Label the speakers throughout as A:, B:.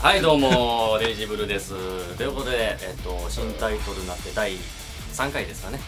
A: はいどうも デイジブルですということで、えっと、新タイトルになって第3回ですかね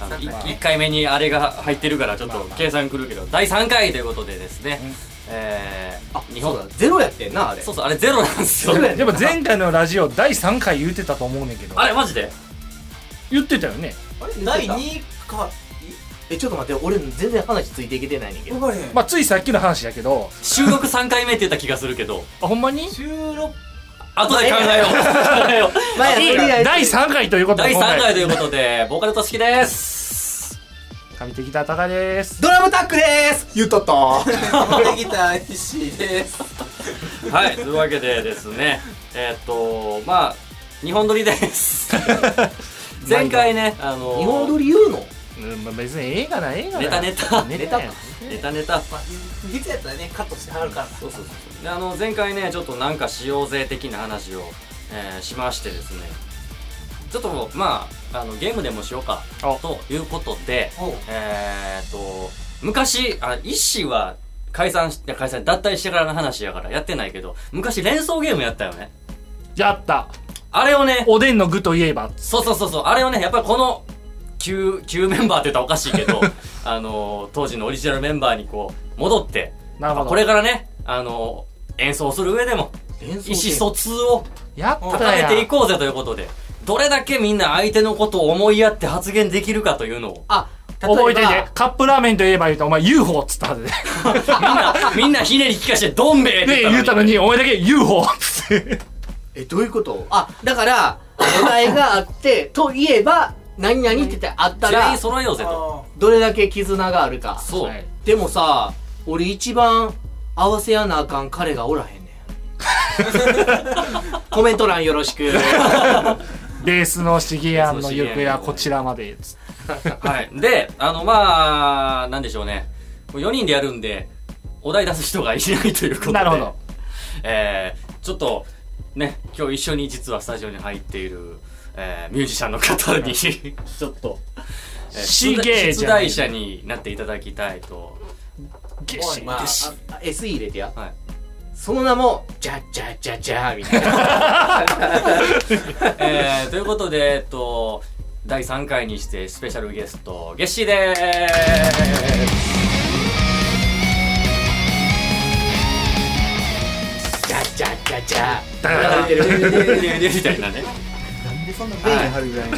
A: あの
B: 三回
A: 1, 回目にあれが入ってるからちょっと計算くるけど第3回ということでですね、えー、あ日
B: そ
A: 本
B: うだゼロやってんなあれ
A: そうそうあれゼロなんですよ
B: ゼロやね
C: でも前回のラジオ第3回言ってたと思うねんけど
A: あれマジで
C: 言ってたよね
B: あれ
D: 第
B: 第
D: 2か
B: えちょっと待って俺全然話ついていけてないねんけ
D: 分
B: ど
D: かれへん、
C: まあついさっきの話やけど
A: 収録3回目って言った気がするけど
C: あほんまに
D: 収録
A: 後で考えよう 考えよう
B: 前
C: いい第3回ということ
A: 第
C: で
A: 3
C: 今回
A: 回ということでボーカルとしきです
C: 上手北隆です
B: ドラムタックでーす言うとった
D: できた石井です
A: はいというわけでですねえっとまあ日本撮りです 前回ねあの
B: 日本撮り言うの
C: うんまあ別に映画な映画な
A: ネタネタ
C: ネ
B: ネ
C: タ
B: タ
C: や
B: か
A: ネタネタ
D: まあ月やったらねカットしてはるから
A: そうそうそうであの前回ねちょっとなんかしようぜ的な話を、えーしましてですねちょっとまああのゲームでもしようか
C: あ
A: ということで
D: おう
A: えー、っと昔あ医師は解散し解散脱退してからの話やからやってないけど昔連想ゲームやったよね
C: やった
A: あれをね
C: おでんの具といえば
A: そうそうそうそうあれをねやっぱりこの旧旧メンバーって言ったらおかしいけ どあの当時のオリジナルメンバーにこう戻って
C: なるほど
A: これからねあの演奏する上でも
B: 演奏
A: 意思疎通を
C: やった
A: 高め
C: や
A: ていこうぜということでどれだけみんな相手のことを思いやって発言できるかというのを
B: あ
C: 覚えててカップラーメンといえば言うとお前 UFO っつったはずで
A: みんなみんなひねり聞かしてどん兵衛って
C: で言うたのにお前だけ UFO っつって
B: えどういうことあだからお題があって といえば何々って言ってあった
A: 全
B: ら
A: 員揃えようぜと
D: あ
B: どれだけ絆があるか
A: そう、
C: はい
B: でもさ俺一番合わせやなあかん彼がおらへんね んコメント欄よろしく
C: ベースのシゲアンの行方はこちらまでつって
A: はいであのまあなんでしょうね4人でやるんでお題出す人がいないということで
C: なるほど
A: えーちょっとね今日一緒に実はスタジオに入っている、えーミュージシャンの方 にちょっと、えー
C: シゲー
A: 出
C: じゃない
A: 題者になっていただきたいと
C: ゲ
B: おい
C: シ
B: まあ、あ S 入れてや
A: はい
B: その名もジャジャジャジャみたいな
A: えーということで、えっと、第3回にしてスペシャルゲスト、ゲッシーでーす。
B: ジャジャジャジャ
C: だ
B: 流れてる
A: みたいなね。
D: なんでそんな便利張るぐらい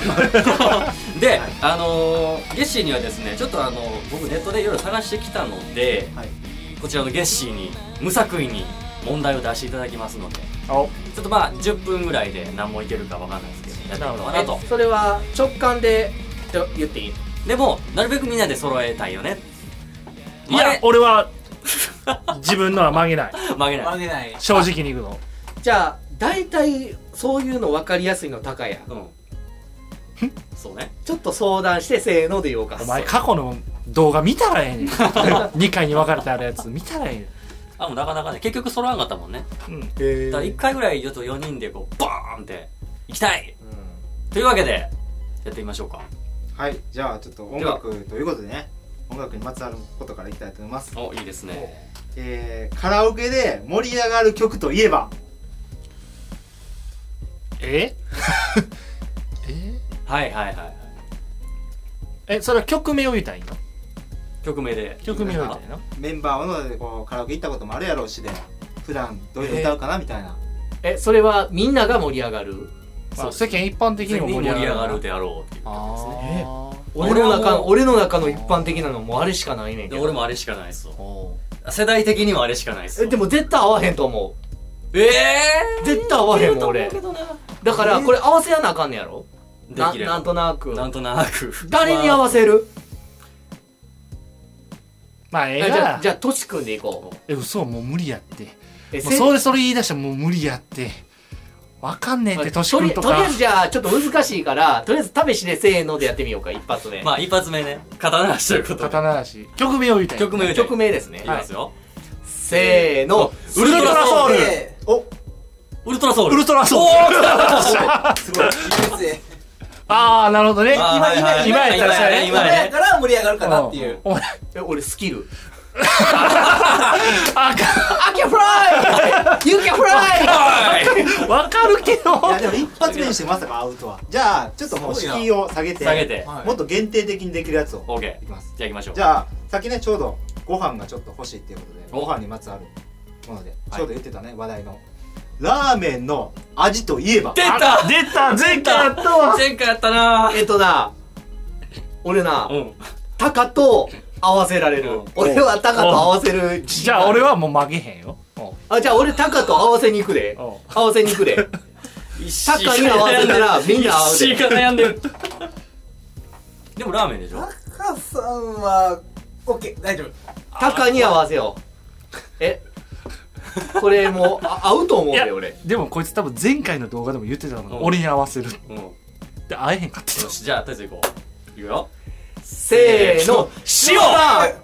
D: の
A: で、あのーゲッシーにはですね、ちょっとあの僕ネットでいろいろ探してきたので、
D: はい
A: こちらのゲッシーに、無作為に問題を出していただきますので、
C: お
A: ちょっとまあ、10分ぐらいで何もいけるかわかんないですけど、やっていこうかなと
B: え。それは直感でと言っていいの
A: でも、なるべくみんなで揃えたいよね。
C: いや俺は自分のは曲げない
A: 曲げな
D: 曲
A: い。
D: げない
C: 正直に言うの
B: じゃあ大体そういうの分かりやすいの高や
A: うん。そうね。
B: ちょっと相談してせーので言おうか
C: お前過去の動画見たらええねん2回に分かれてあるやつ見たらえ
A: あ、もうなかなかね、結局揃わんかったもんね。
C: えねん、うん、
D: え
A: だから1回ぐらいちょっと4人でこうバーンって行きたい
B: うん
A: というわけでやってみましょうか
E: はい、じゃあちょっと音楽ということでね音楽にまつわることからいきたいと思います、
A: おいいですね
E: えー、カラオケで盛り上がる曲といえば
C: ええ
A: はいはいはいはい
C: えそれは曲名を言いたいの
A: 曲名で
C: 曲名を言いたいの
E: メンバーのこうカラオケ行ったこともあるやろうしで普段どういうの歌うかなみたいな、
B: えそれはみんなが盛り上がる
C: まあ、世間一般的にも
A: 盛
C: 盛
A: り
C: り
A: 上
C: 上
A: が
C: が
A: る
C: る
A: であろうっていう
C: あ
B: 俺
A: 俺
B: の
A: はもう
B: 中の俺の中の一般的なのもうあれしかないねんけ
A: で
B: ど
A: 俺もあれしかないっす
C: あ
A: わ世代的にもあれしかないっす
B: え
A: わ
B: でも絶対合わへんと思
A: え
B: う
A: ー
B: 絶対合わへんもん俺だからこれ合わせやなあかんねやろ
A: で
B: な
A: きれば
B: なんとなく
A: なんとなく
B: 誰に合わ
A: せ
B: せる
C: まあええ
B: えじゃ
C: が
B: あじゃあトシ君でいこう
C: え嘘もう無理やって
B: え
C: もう
B: せ
C: それそれ言い出したらもう無理やってわかんねえって年君と
B: とり
C: か
B: あえずじゃあちょっと難しいからとりあえず試しでせーのでやってみようか一発目、
A: まあ一発目ね刀出しということで
C: 刀だし曲名を言いたい
A: 曲名で
B: 曲名ですね、
A: いきますよ
B: せーの
A: ウルトラソウル
D: で
E: お
A: ウルトラソウル
C: ウルトラソウル
A: おー来た
E: すごい
C: ああなるほどね
A: あーはいはい
C: 今やったらさ
A: 今
D: 今
A: や
D: や
A: ね
D: から盛り上がるかなっていう
C: お前
B: え俺スキル
C: あかん
B: アキャフライユキャフライ
A: はい
C: あるけど
E: いやでも一発目にしてまさかアウトはじゃあちょっともう
D: すごいな
E: 敷居を下げて
A: 下げて
D: はい
E: もっと限定的にできるやつを
A: OK じゃ
E: いきます
A: あ行きましょう
E: じゃあさっきねちょうどご飯がちょっと欲しいっていうことで
A: お
E: ご飯にまつわるもので
A: はい
E: ちょうど言ってたね話題のラーメンの味といえば
A: 出た
C: 出た前回やったわ
A: 前回やったな
B: えっとな俺な
A: うん
B: タカと合わせられる
A: うん
B: 俺はタカと合わせる
C: じゃあ俺はもう曲げへんよ
B: あじゃあ俺タカと合わせに行くで
C: おう
B: 合わせに行くで
A: 一
B: タカに合わせたらみんな合う
A: 一
B: で
A: 週間悩んでるでもラーメンでしょ
D: カさんはオッケー大丈夫
B: タカに合わせようえこれもうあ合うと思う
C: い
B: で
C: や
B: 俺
C: でもこいつ多分前回の動画でも言ってたの
A: うん
C: 俺に合わせるっ
A: うんよ
C: て会えへんかってた
A: しじゃあとりあえず行こう行くよ
B: せーの
A: 塩
B: だ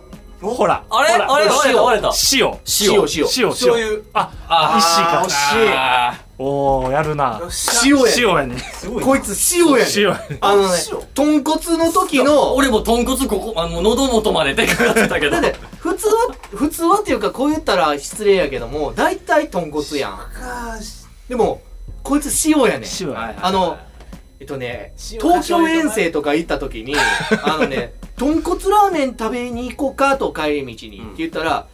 C: ほら
A: あれ
C: ほ
A: あれ
C: ら
A: あれ
B: 塩
A: あれだ
C: 塩
B: 塩
A: 塩
B: 塩
C: 塩
D: 醤
C: 塩
D: 油
C: あ
A: あ
C: 一しか
E: あー惜しい
A: あ
C: おおやるな
D: よっしゃ
B: 塩や
C: 塩やね
E: すごい
B: こいつ塩やねん
C: 塩やね
B: あのね
D: 塩
B: 豚骨の時
A: ー
B: の
A: 俺も豚骨ここあの喉元まででかかってたけど
B: だっ て普通は普通はっていうかこう言ったら失礼やけども大体豚骨やん
D: かーし
B: でもこいつ塩やねん
C: 塩や
A: はいはいは
C: ね
A: い
B: あのえっとね
D: 塩
B: 東京遠征とか行った時 にあのね豚骨ラーメン食べに行こうかと帰り道に、
A: うん
B: って言ったら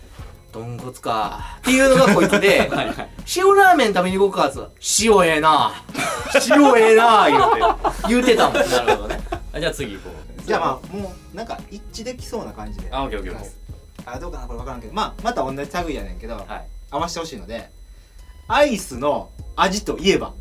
B: 豚骨かっていうのがこいつで
A: はいはい
B: 塩ラーメン食べに行こうかっつったら塩ええな塩ええな言うて言うてたもん
A: なるほどねあじゃあ次行こう
E: じゃあまあもうなんか一致できそうな感じで
A: あ
E: あ
A: オッケーオッケーオッケ
E: あどうかなこれ分からんけどまあまた同じ類やねんけど
A: ーはい
E: 合わせてほしいのでアイスの味といえば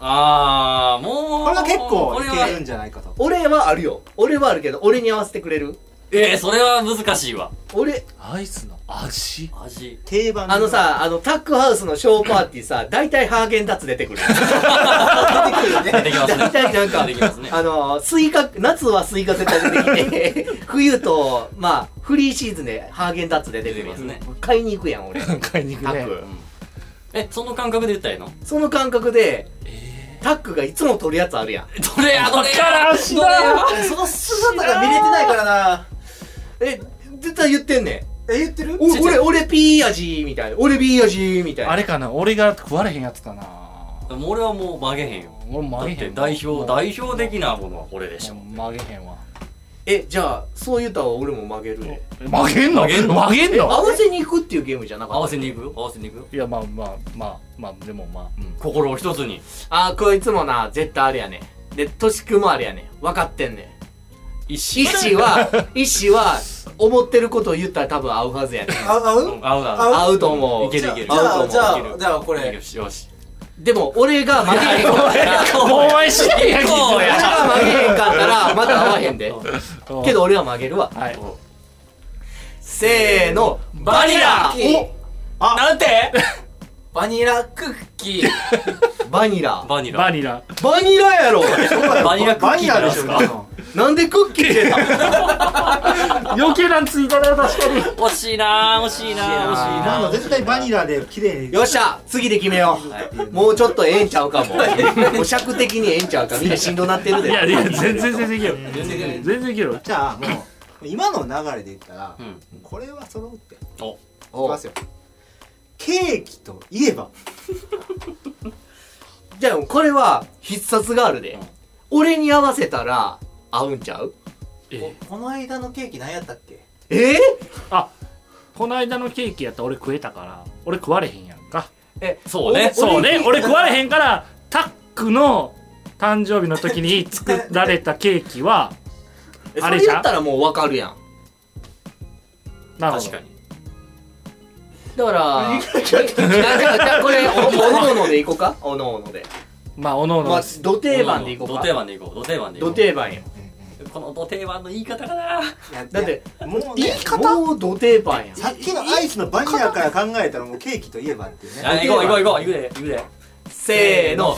A: ああもう
E: これが結構
A: こ
E: い
A: れ
E: ける
A: は
E: んじゃないかと
B: 俺はあるよ俺はあるけど俺に合わせてくれる
A: ええそれは難しいわ
B: 俺
C: アイスの味
A: 味
E: 定番の
B: あのさあのタックハウスのショーパーティーさ大体ハーゲンダッツ出てくる
A: 出てきますね
B: 大体なんか
A: 出てきますね
B: あのスイカ夏はスイカ絶対出てきて冬とまあフリーシーズンでハーゲンダッツ出てくるやん
A: 出てき
B: 買いに行くやん俺
C: 買いに行
B: タ
C: くね
B: ック
A: えその感覚で言ったらいいの
B: その感覚でタックがいつも取るやつあるやん
A: どれやどれや
C: からんしな
A: どれ や
D: その姿が見れてないからな
B: え絶対言ってんねん
D: え言ってる
B: お
A: ちっちゃ
B: 俺
A: い
B: 俺ピー味みたいな俺 B 味みたいな
C: あれかな俺が食われへんやつかな
A: でも俺はもう曲げへんよ
C: 俺
A: だ
C: 曲
A: っ
C: げへ
A: て
C: ん
A: 代表代表
C: でき
A: 的なものはこれでしょ
C: 曲げへんわ
B: えじゃあそう言うたら俺も曲げるで
C: 曲げんの
A: 曲げんの
C: 曲げん
B: え合
C: の
B: わせに行くっていうゲームじゃなかった
A: 合わせに行くよ合わせに行くよ
C: いやまあまあまあまあでもまあうん
A: 心を一つに
B: あーこいつもな絶対あれやねんでとしくもあれやねん分かってんねん
A: 一心
B: 意思は意思は思ってることを言ったら多分合うはずやねん
D: あ合う
A: 合う合う
B: 合うと思う
A: いけるいける
D: じゃ
B: 合う
D: あ
B: と思う
D: じゃ
A: いけ
D: あ
A: る
D: じゃあこ
A: いける
D: れ
A: よしよし
B: でも俺が負けへんかったら
C: お前シリや
A: こう
B: 俺
A: や
B: が負けへんかったらまだ合わへんでけど俺は負けるわ
C: はい
B: せーの
A: バニラ
E: あ
A: なんて
D: バニラクッキー
B: バニラ
A: バニラ
C: バニラ
B: バニラやろ
A: バニラクッキー
E: バニラ
A: で
E: でし
A: す
E: ょ
A: か
E: 今
B: なんでクッキー出た
C: 余計なんついたな確かに
A: 惜しいな惜しいな惜しい
E: 今
A: な
E: の絶対バニラで綺麗に
B: よっしゃ次で決めようもうちょっとええんちゃうかもお尺的にええんちゃうかみんなしんどなってるで
C: いやいや全然全然いける
A: 全然いける
C: 全然いける
E: じゃあもう今の流れで言ったら
A: うん
E: これは揃うっていき
A: お
B: お
E: ますよケーキといえば
B: じゃあこれは必殺があるで、
A: うん
B: 俺に合わせたら合うんちゃう
C: え
D: この間のケーキ何やったっけ
B: えー、
C: あこの間のケーキやったら俺食えたから俺食われへんやんか
B: え
A: そうね
C: そうね俺食われへんからタックの誕生日の時に作られたケーキ は
B: えそ
C: あれ
B: れ
C: じゃん
B: 言ったらもう分かるやん
C: なるほ
A: 確
C: ど
B: だか
A: かに
B: らえじゃあじゃあこれおおのおのでいこうかおのおので
C: まあおのお
B: ま
C: の
B: あど定番でいこう
A: ど
B: か
A: 定番でいこうど定番でいこ
B: ど
A: う
B: 定番や
A: このど定番の言い方かな
B: だって
E: もう
B: い
E: ね
B: やもうど定番やん
E: さっきのアイスのバニ
A: 哎
E: ラから考えたらもうケーキといえばっていうね
A: あ行こう行こう行こう行くで行くで
B: せーの